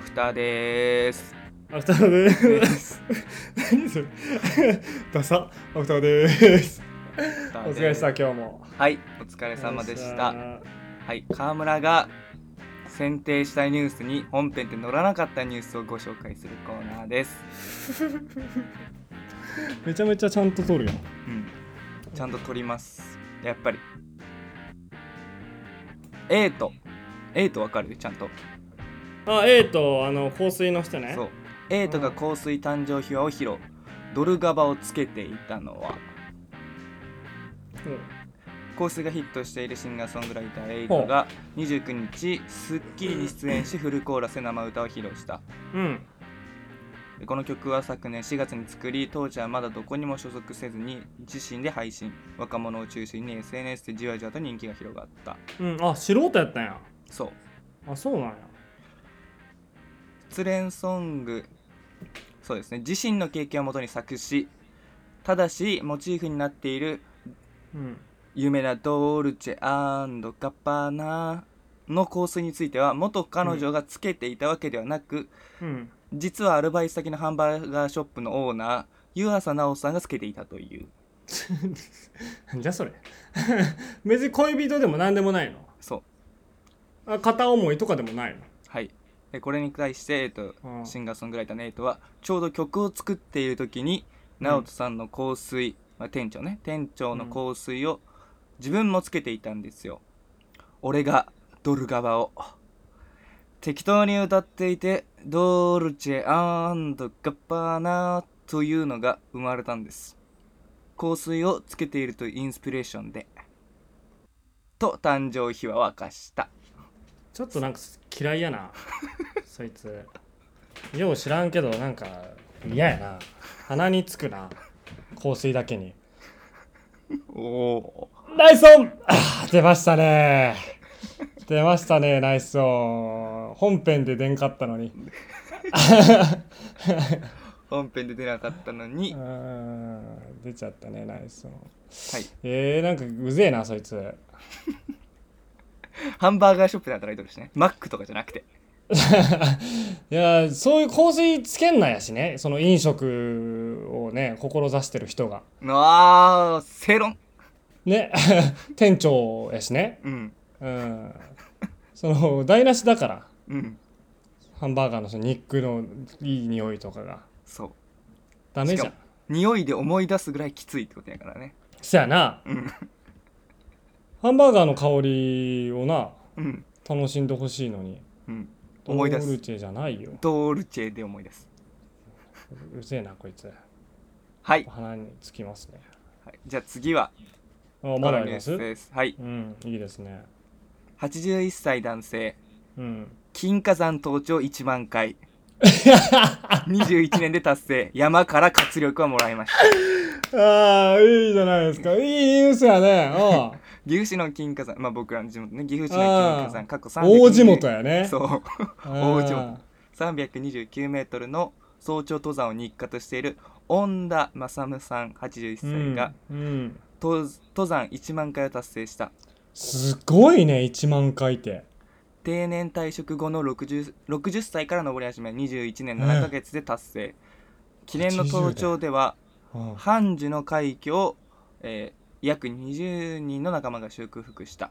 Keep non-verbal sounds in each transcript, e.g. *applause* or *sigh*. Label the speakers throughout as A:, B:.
A: フター *laughs* です。
B: アフターでーす。何それダサアフターでーす。
A: お
B: お疲れでした、。今日も。
A: はい、お疲れ様でした。はい、河村が選定したニュースに本編で載らなかったニュースをご紹介するコーナーです。
B: めちゃめちゃちゃんと撮るよ。
A: うん、ちゃんと撮ります。やっぱり。A と、A とわかるちゃんと。
B: あ、えーと、あの、香水の人ね。
A: そう。A とが香水誕生秘話を披露。ドルガバをつけていたのは
B: うん。
A: 香水がヒットしているシンガーソングライターエイトが29日『スッキリ』に出演しフルコーラス生歌を披露した
B: うん。
A: この曲は昨年4月に作り当時はまだどこにも所属せずに自身で配信若者を中心に SNS でじわじわと人気が広がった
B: うん。あ、素人やったんや。
A: そう
B: あ、そうなんや。
A: 失恋ソングそうですね自身の経験をもとに作詞ただしモチーフになっている
B: うん。
A: 有名なドルチェガッパーナの香水については元彼女がつけていたわけではなく、
B: うん。
A: 実はアルバイト先のハンバーガーショップのオーナー湯浅直さんがつけていたという
B: なんじゃそれ。 *laughs* 別に恋人でも何でもないの。
A: そう
B: あ片思いとかでもないの。
A: はいでこれに対して、えっと
B: うん
A: シンガーソングライターのエイトはちょうど曲を作っている時に
B: うん
A: 直人さんの香水、まあ、店長ね店長の香水を自分もつけていたんですよ俺がドルガバを適当に歌っていてドルチェガッパーナというのが生まれたんです香水をつけているというインスピレーションでと誕生秘話を明かした
B: ちょっとなんか嫌いやな *laughs* そいつよう知らんけどなんか嫌やな鼻につくな香水だけに
A: おお
B: ナイスオンあー出ましたね出ましたねナイスオン本編で出んかったのに
A: 本編で出なかったのに
B: うーん出ちゃったねナイスオン
A: はい
B: えー、なんかうぜえなそいつ
A: ハンバーガーショップで働いてるしね。マックとかじゃなくて。
B: いやそういう香水つけんなやしねその飲食をね志してる人が
A: ああ、正論。
B: ね *laughs* 店長やしね
A: うん。
B: うんその台無しだから
A: うん。
B: ハンバーガーのその肉のいい匂いとかが
A: そう。
B: ダメじゃ
A: し
B: ん
A: か匂いで思い出すぐらいきついってことやからね。
B: そやな
A: うん。
B: ハンバーガーの香りをな
A: うん。
B: 楽しんでほしいのに
A: うん。思い出す
B: ドールチェじゃないよ
A: ドールチェで思い出す。
B: うるせえなこいつ
A: はい。
B: 鼻につきますね
A: はい、じゃあ次は、
B: あまだありま
A: こ
B: す
A: のニュースです。はい。
B: うんいいですね
A: 81歳男性、
B: うん
A: 金華山登頂1万
B: *laughs*
A: 回。21年で達成。山から活力はもらいました。
B: ああいいじゃないですかいいニュースや
A: *laughs*
B: ねあ
A: 岐阜市の金華山、まあ僕らの地元ね、岐阜市の金華
B: あ
A: 山、
B: ー
A: 過去3
B: 大地元やね
A: そう。
B: うん
A: 大地元329メートルの早朝登山を日課としている恩田正夢さん81歳が、
B: うんうん
A: 登登山1万回を達成した
B: すごいね1万回って
A: 定年退職後の 60, 60歳から登り始め21年7ヶ月で達成、記念の登頂では
B: うん
A: 半樹の快挙を、えー約20人の仲間が祝福した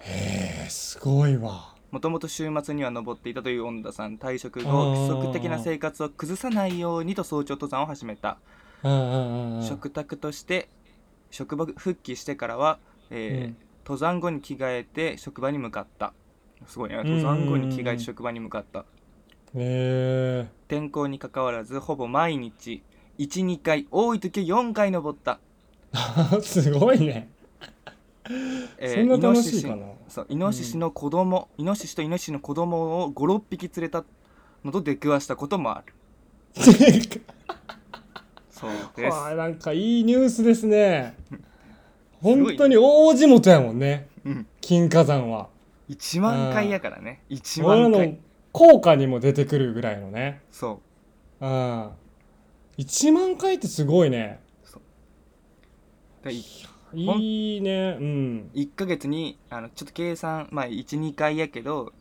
B: へえすごいわ
A: もともと週末には登っていたという恩田さん退職
B: あ
A: 後
B: ー
A: 規則的な生活を崩さないようにと早朝登山を始めた
B: うんうんうん
A: 食卓として職場復帰してからは、えー
B: うん
A: 登山後に着替えて職場に向かったすごいね
B: んうんう
A: 登
B: ん
A: 山後に着替えて職場に向かった、
B: へえ
A: 天候にかかわらずほぼ毎日12回多い時は4回登った、
B: *laughs* すごいね
A: え
B: そんな楽しいかな
A: イノシシそうイノシシの子供、イノシシとイノシシの子供を56匹連れたのと出くわしたこともある
B: *laughs*
A: そうです
B: わあなんかいいニュースですね
A: ごいね
B: 本当に大地元やもんね
A: うん、
B: 金華山は
A: 1万回やからね1
B: 俺ら
A: 万
B: の
A: 回
B: 効果にも出てくるぐらいのね
A: そう
B: うん1万回ってすごいね
A: だからほん
B: いいねうん
A: 1ヶ月にあのちょっと計算まあ12回やけど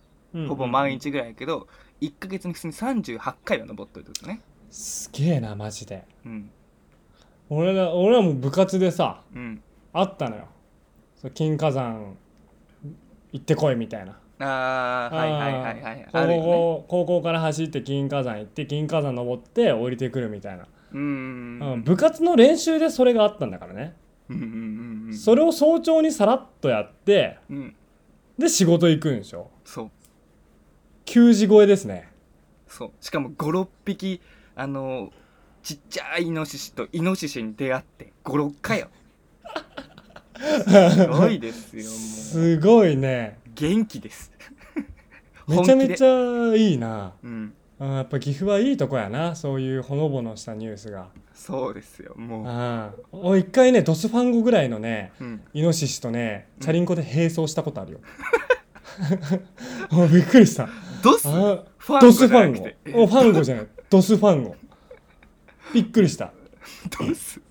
A: ほぼ毎日ぐらいやけど、 1ヶ月に普通に38回は登っとるってことね
B: すげえなマジで
A: うん
B: 俺ら俺らも部活でさ
A: うん
B: あったのよそう金華山行ってこいみたいな
A: ああはいはいはいはい
B: あー
A: あるよね
B: 高校高校から走って金華山行って金華山登って降りてくるみたいな、
A: うんうんう
B: うんん、部活の練習でそれがあったんだからね、
A: うんうんうん
B: それを早朝にさらっとやって
A: うん
B: で仕事行くんでしょ
A: そう
B: 9時超えですね
A: そうしかも56匹あのーちっちゃいイノシシとイノシシに出会って56回
B: *laughs*
A: よすごいですよもう
B: すごいね
A: 元気です
B: めちゃめ
A: 本気
B: ち
A: で
B: ゃいいな
A: うん
B: あーやっぱ岐阜はいいとこやなそういうほのぼのしたニュースが
A: そうですよも
B: あー俺一回ねドスファンゴぐらいのね
A: う、うん、
B: イノシシとねチャリンコで並走したことあるよ、 *laughs* もうびっくりした
A: ドス
B: あ
A: フ
B: ー
A: ァンゴ
B: ド
A: じ
B: スファ
A: ゃ
B: ン
A: なく
B: ゴ
A: て
B: おファンゴじゃないドスファンゴびっくりした
A: ドス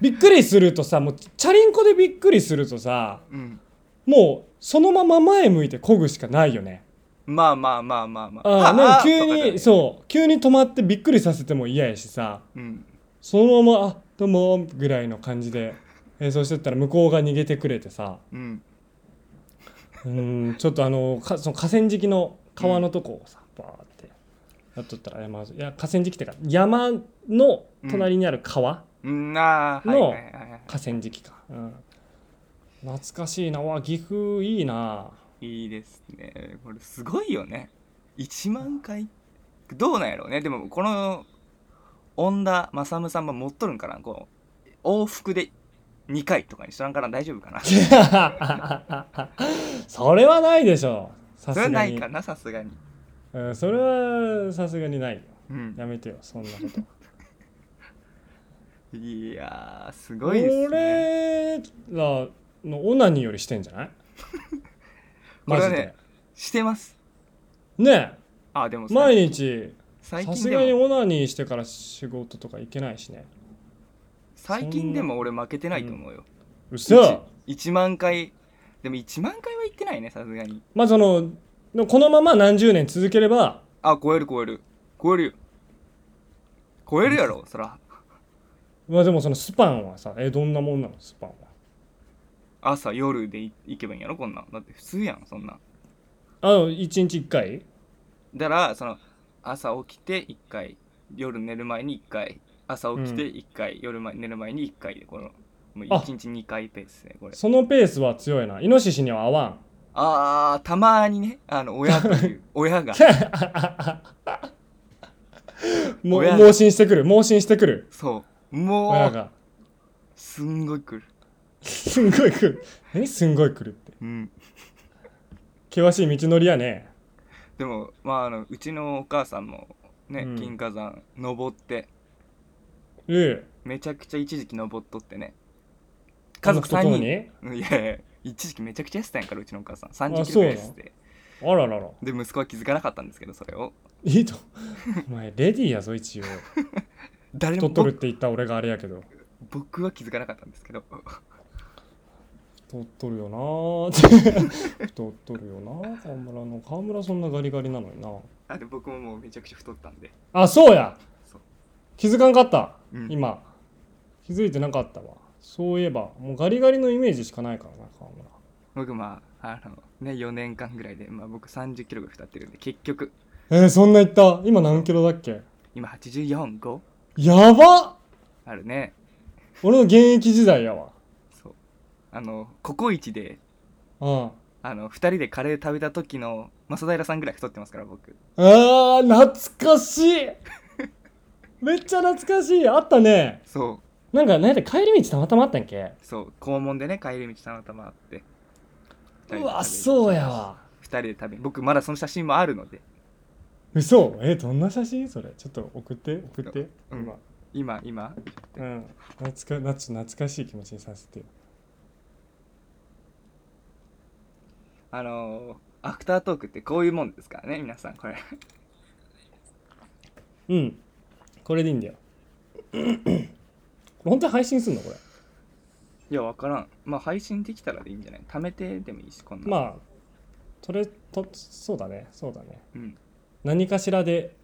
B: びっくりするとさもうチャリンコでびっくりするとさ
A: うん
B: もうそのまま前向いて漕ぐしかないよね
A: まあまあまあまあまあ
B: ああなんか急
A: とじゃな
B: に
A: い
B: そう急に止まってびっくりさせても嫌やしさ
A: うん
B: そのまま「あどうも」ぐらいの感じで演奏してったら向こうが逃げてくれてさ
A: うん
B: うーんちょっとあのかその河川敷の川のとこをさ、バーってやっとったら山いや河川敷ってか山の隣にある川、
A: うんあーはい
B: の
A: はいはいは
B: 河川敷か、うん、懐かしいなうわ岐阜い
A: *laughs*
B: いない
A: いいですねこれすごいよね1万回どうなんやろうねでもこの恩田政さんも持っとるんかなこう往復で2回とかにしとらんから大丈夫かなそ
B: それはないでしょさす
A: れは
B: が
A: ない
B: に
A: かなさすがに
B: うん、それはさすがにないよ
A: うん
B: やめてよそんなこと
A: いやーすごいですね
B: 俺らのオナニーよりしてんじ
A: *laughs*
B: ゃない
A: こ
B: マ
A: れ
B: ジ
A: は
B: で
A: ね
B: ね
A: してますあでも
B: え
A: さ
B: 毎日
A: 最
B: さ
A: 近
B: す
A: で
B: がに
A: も
B: オナニーしてから仕事とか行けないしね
A: 最近でも俺負けてないと思うよ、
B: うそ
A: 1万回でも1万回は行ってないねさすがに
B: まあそののこのまま何十年続ければ
A: あ超える超える超えるよ超えるやろそら
B: まあでもそのスパンはさえどんなもんなのスパンは
A: 朝夜でい行けばいいんやろこんなんだって普通やんそんなん
B: あの一日一回
A: だからその朝起きて1回夜寝る前に1回朝起きて1回、夜前寝る前に1回でこのもう
B: あ
A: 1日2回ペースでこれ
B: そのペースは強いなイノシシには合
A: *laughs*
B: わん
A: あーたまーにねあの親と
B: *laughs*
A: いう親が
B: もう
A: 親が
B: 盲信してくる盲信してくる
A: そうも
B: 親
A: う
B: が
A: すんごい来る
B: すんごい来る何すんごい来るって
A: うん
B: 険しい道のりやね
A: でもまああのうちのお母さんもね、
B: うん
A: 金華山登って
B: うん
A: めちゃくちゃ一時期登っとってね
B: 家
A: 家
B: 族
A: 族
B: と
A: 3
B: 共
A: 人
B: に
A: うんいやいや一時期めちゃくちゃ痩せたんやからうちのお母さん3
B: あ
A: 0キ
B: そ
A: ロ
B: う
A: ぐ
B: な
A: らい
B: の
A: 痩せて
B: あららら
A: で息子は気づかなかったんですけどそれを
B: いいとお前レディーやぞ一応
A: 誰
B: 太
A: も
B: っとるっ
A: 僕
B: て言った俺があれやけど
A: 僕は気づかなかったんですけど *laughs*
B: 太っとるよなーって
A: *laughs*
B: 太っとるよなー河村の河村そんなガリガリなのにな
A: あで僕ももうめちゃくちゃ太ったんで
B: あそうや
A: そう
B: 気づかんかった、
A: うん
B: 今気づいてなかったわそういえばもうガリガリのイメージしかないからな河村
A: 僕まああのね4年間ぐらいで、まあ、僕3 0キロぐらい太ってるんで結局
B: えー、そんな言った今何キロだっけ
A: 今845
B: やばっ
A: あるね
B: 俺の現役時代やわ
A: そうあのココイチで
B: うん
A: あの2人でカレー食べた時の正平さんぐらい太ってますから僕
B: あー懐かし
A: *laughs*
B: いめっちゃ懐かしいあったね
A: そう
B: なんか何やった帰り道たまたまあったんけ
A: そう校門でね帰り道たまたまあって
B: うわそうやわ
A: 2人で食べ僕まだその写真もあるので
B: 嘘えどんな写真それちょっと送って送って、
A: うん
B: 今
A: 今今
B: うん懐かなちょっと懐かしい気持ちにさせてよ
A: あのーアフタートークってこういうもんですからね皆さんこれ *laughs*
B: うんこれでいいんだよ *clears throat* これ本当に配信すんのこれ
A: いやわからんまあ配信できたらでいいんじゃない貯めてでもいいしこんな
B: まあそれとそうだねそうだね
A: うん
B: 何かしらで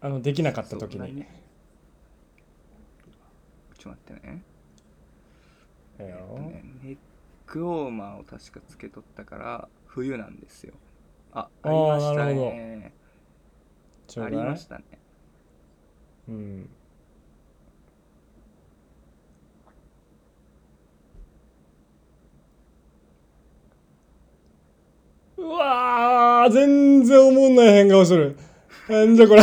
B: あのできなかった時
A: そう
B: に、
A: ねちょっと待ってね
B: え
A: えっと
B: ー
A: ねネックウォーマーを確かつけとったから冬なんですよあ
B: あ
A: あり
B: ー
A: ました
B: なるほ
A: ね
B: ちょ
A: あ
B: う
A: り
B: だ
A: ま
B: い
A: したね
B: うんうわー全然思んない変顔するなんじゃこれ *laughs* う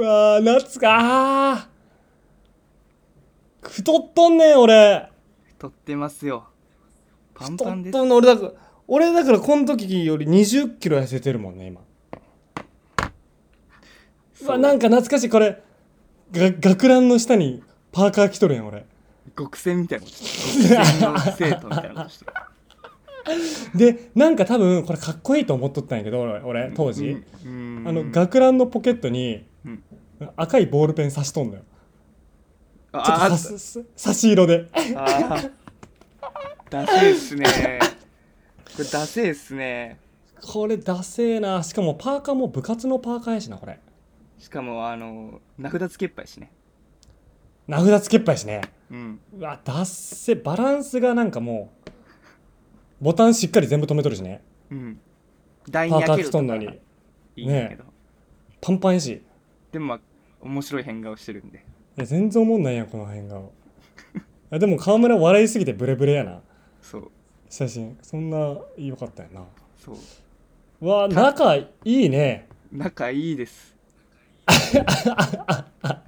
B: わー夏かあー太っとんねん俺
A: 取ってますよパン
B: 太
A: パン
B: っ
A: です
B: とんの俺だから俺だからこの時より2 0キロ痩せてるもんね今う
A: そ
B: わ
A: う
B: なんか懐かしいこれが学ランの下にパーカー着とるやん俺
A: 極戦みたいなことしてる極戦の生徒みたいなこと
B: *laughs*
A: してる
B: でなんか多分これかっこいいと思っとったんやけど俺俺当時、
A: うんうん
B: あの学ランのポケットに
A: うん
B: 赤いボールペン刺しとんのよ
A: あ
B: ちょっと
A: あ
B: 刺すす差し色で
A: あーダセーっすねこれダセーっすね
B: これダセーなしかもパーカーも部活のパーカーやしなこれ
A: しかもあの名札つけっぱいしね
B: 名札つけっぱいしね
A: うん
B: うわダッセバランスがなんかもうボタンしっかり全部止めとるしね
A: うん台
B: パ
A: に
B: ーカ
A: 開
B: ー
A: け
B: 着
A: る
B: と
A: と
B: ん
A: か
B: の
A: いい
B: に
A: んだけど、
B: パンパンやしい
A: でもまあ面白い変顔してるんで
B: や全然思んないやんこの辺がいやでも川村笑いすぎてブレブレやな
A: そう
B: 写真そんな良かったよな
A: そう
B: うわ仲いいね
A: 仲いいです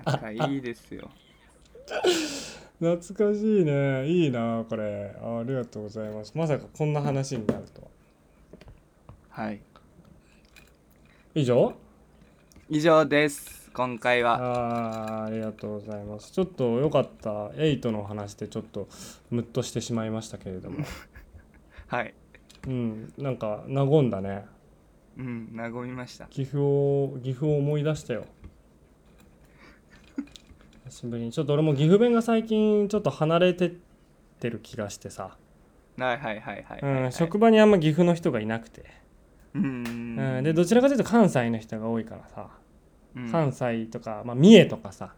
A: 仲いいですよ
B: 懐かしいねいいなこれあありがとうございますまさかこんな話になるとは
A: はい
B: 以上
A: 以上です今回は
B: あーありがとうございますちょっと良かった8の話でちょっとムッとしてしまいましたけれども
A: はい
B: うんなんか和んだね
A: うん和みました
B: 岐阜を岐阜を思い出したよ *laughs* 久しぶりにちょっと俺も岐阜弁が最近ちょっと離れてってる気がしてさ、
A: はいはいはいはいはい、
B: う
A: は
B: ん、
A: い、
B: 職場にあんま岐阜の人がいなくて、
A: うん
B: うんでどちらかというと関西の人が多いからさ、
A: うん
B: 関西とか、まあ、三重とかさ、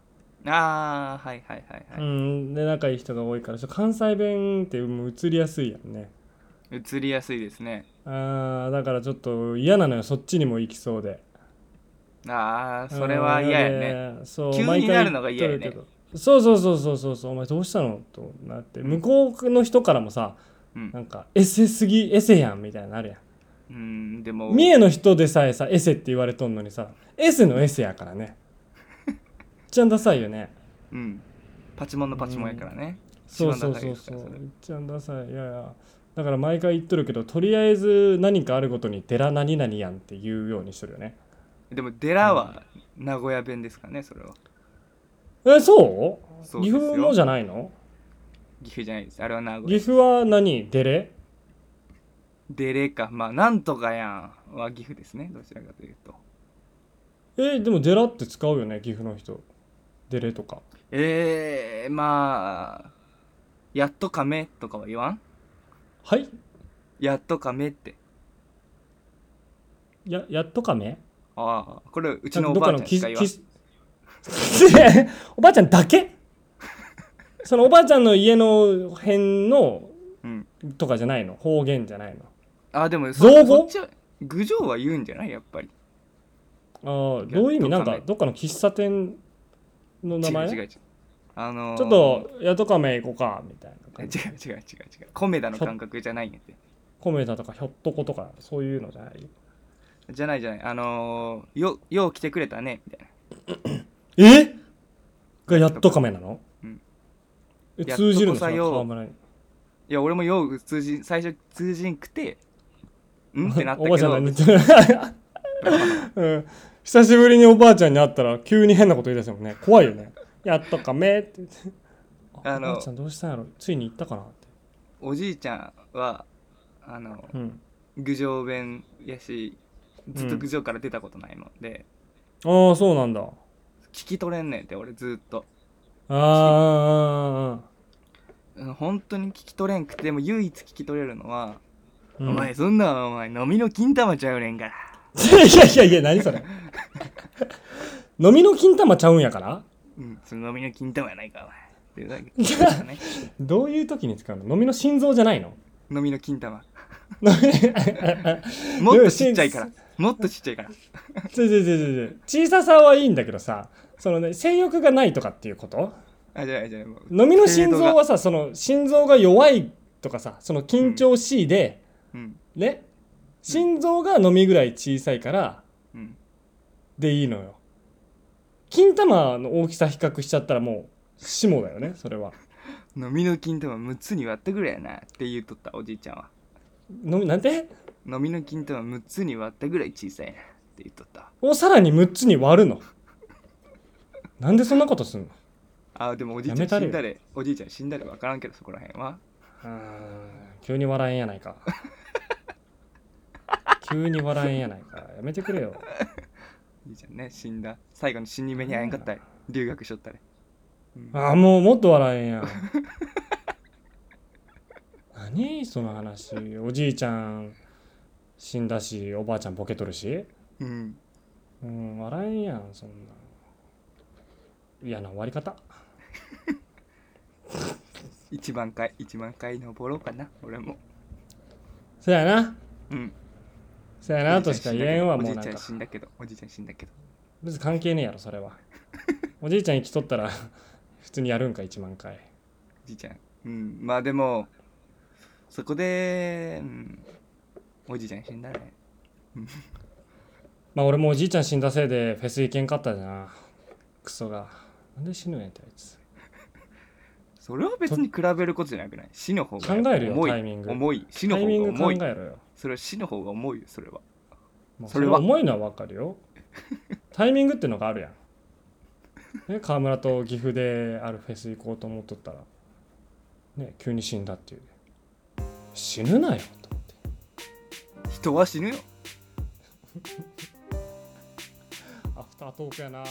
A: ああはいはいはいは
B: う
A: い、
B: ん、で仲いい人が多いからちょっと関西弁ってもう移りやすいやんね
A: 映りやすいですね
B: あーだからちょっと嫌なのよそっちにも行きそうで
A: ああそれは嫌やね
B: ね。そう
A: 急になるのが嫌やね
B: 毎回言っとるけどそうそうそうそうそうそうお前どうしたのとなって向こうの人からもさ
A: うん、
B: なんかエセすぎエセやんみたいになるやん
A: うん、でも
B: 三重の人でさえさエセって言われとんのにさエセのエセやからねいっちゃんダサいよね
A: うんパチモンのパチモンやからね、
B: そうそうそうそういっちゃんダサいいやいやだから毎回言っとるけどとりあえず何かあるごとに「寺何々やん」って言うようにしとるよね
A: でもデラは名古屋弁ですからねそれは
B: えそう
A: そう
B: 岐
A: ですよ
B: 阜のじゃないの
A: 岐阜じゃないですあれは名古
B: 岐
A: 屋
B: 阜は何デレ
A: デレかまあなんとかやんは岐阜ですねどちらかというと
B: えでもデラって使うよね岐阜の人デレとか
A: ええー、まあやっとかめとかは言わん
B: はい
A: やっとかめって
B: ややっとかめ
A: ああこれう
B: う
A: ちのおばあちゃんしか言わん
B: *laughs* おばあちゃんだけそのおばあちゃんの家の辺の
A: うん
B: とかじゃないの方言じゃないの
A: あでも
B: 造
A: そ
B: 語
A: そっちは郡上は言うんじゃないやっぱり
B: ああどういう意味な
A: やっ
B: ん
A: とかめ
B: かどっかの喫茶店の名前
A: 違う違う違うあのー、
B: ちょっとやっとかめ行こうかみたいな
A: え
B: 感
A: 違
B: じ
A: う違う違う違うコメダの感覚じゃないんやって
B: コメダとかひょっとことかそういうのじゃない
A: じゃないじゃないあのー、よよう来てくれたねみたいな
B: えがやっとかめなの、
A: うん
B: え
A: やっとこさよ
B: 通じるのその川村に
A: いや俺もよう通じ最初通じんくてんってなった
B: おばあ
A: け
B: ちゃん
A: ど
B: に似てる、 *laughs* うん、久しぶりにおばあちゃんに会ったら急に変なこと言い出したもんね怖いよねやっとかめって言って
A: あの
B: おばあちゃんどうしたんやろついに行ったかなって、
A: おじいちゃんはあの
B: うん、
A: 郡上弁やしずっと郡上から出たことないので、
B: ああそうなんだあ
A: 聞き取れんねんって俺ずっと
B: あああああ
A: うん本当に聞き取れんくてでも唯一聞き取れるのは
B: う
A: お
B: ん、
A: 前そんなんお前飲みの金玉ちゃうねんから
B: いやいやいや何それ飲みの金玉ちゃうんやから
A: うんその飲みの金玉やないかお前って *laughs* いうだけね
B: どういう時に使うの飲みの心臓じゃないの
A: 飲みの金 *laughs* 玉もっとちっちゃいからもっとちっちゃいから
B: ちょちょちょちょちょ小ささはいいんだけどさその、ね、性欲がないとかっていうこと
A: あじゃあじゃあもう
B: 飲みの心臓はさその心臓が弱いとかさその緊張しいで、
A: うん
B: ね心臓が飲みぐらい小さいから
A: うん
B: でいいのよ金玉の大きさ比較しちゃったらもう下だよねそれは
A: 飲みの金玉6つに割ってくれやなって言うとったおじいちゃんは
B: 飲みなんて
A: 飲みの金玉6つに割ったぐらい小さいなって言っとった
B: をさらに6つに割るのなんでそんなことすんの
A: あでもおじい
B: や
A: ちゃ
B: め
A: ん
B: た
A: 死
B: れよ
A: んだれおじいちゃん死んだれ分からんけどそこらへんは
B: あー急に笑えんやないか急に笑えんやないかやめてくれよ
A: おじいちゃんね死んだ最後に死に目に会えんかったり留学しとったり、うん
B: ああもうもっと笑えんやん何その話おじいちゃん死んだしおばあちゃんボケとるし
A: うん
B: うん笑えんやんそんな嫌な終わり方
A: 一万回一万回登ろうかな俺も
B: そやな
A: うん
B: そやなとしか言えんわもう
A: おじい
B: なん
A: ちゃん
B: か
A: 死んだけどおじいちゃん死んだけど
B: 別に関係ねえやろそれはおじいちゃん生きとったら普通にやるんか1万回
A: おじいちゃんうんまあでもそこで、うん、おじいちゃん死んだね
B: まあ俺もおじいちゃん死んだせいでフェス行けんかったじゃなクソがなんで死ぬんやってあいつ
A: それは別に比べることじゃなくない死の方が
B: 考えるよ
A: 重い
B: タイミング
A: 重い死の
B: タイ
A: 方
B: ミ
A: が
B: ング考
A: 重
B: え
A: い
B: ろよ
A: それは死の方が重いよそれは
B: まあ
A: そ
B: そ
A: れ
B: れ
A: は
B: は重いのはわかるよタイミングってのがあるや
A: *laughs*
B: ん、ね、川村と岐阜であるフェス行こうと思っとったら、ね、急に死んだっていう死ぬなよと思って
A: 人は死ぬよ
B: アフタートークやな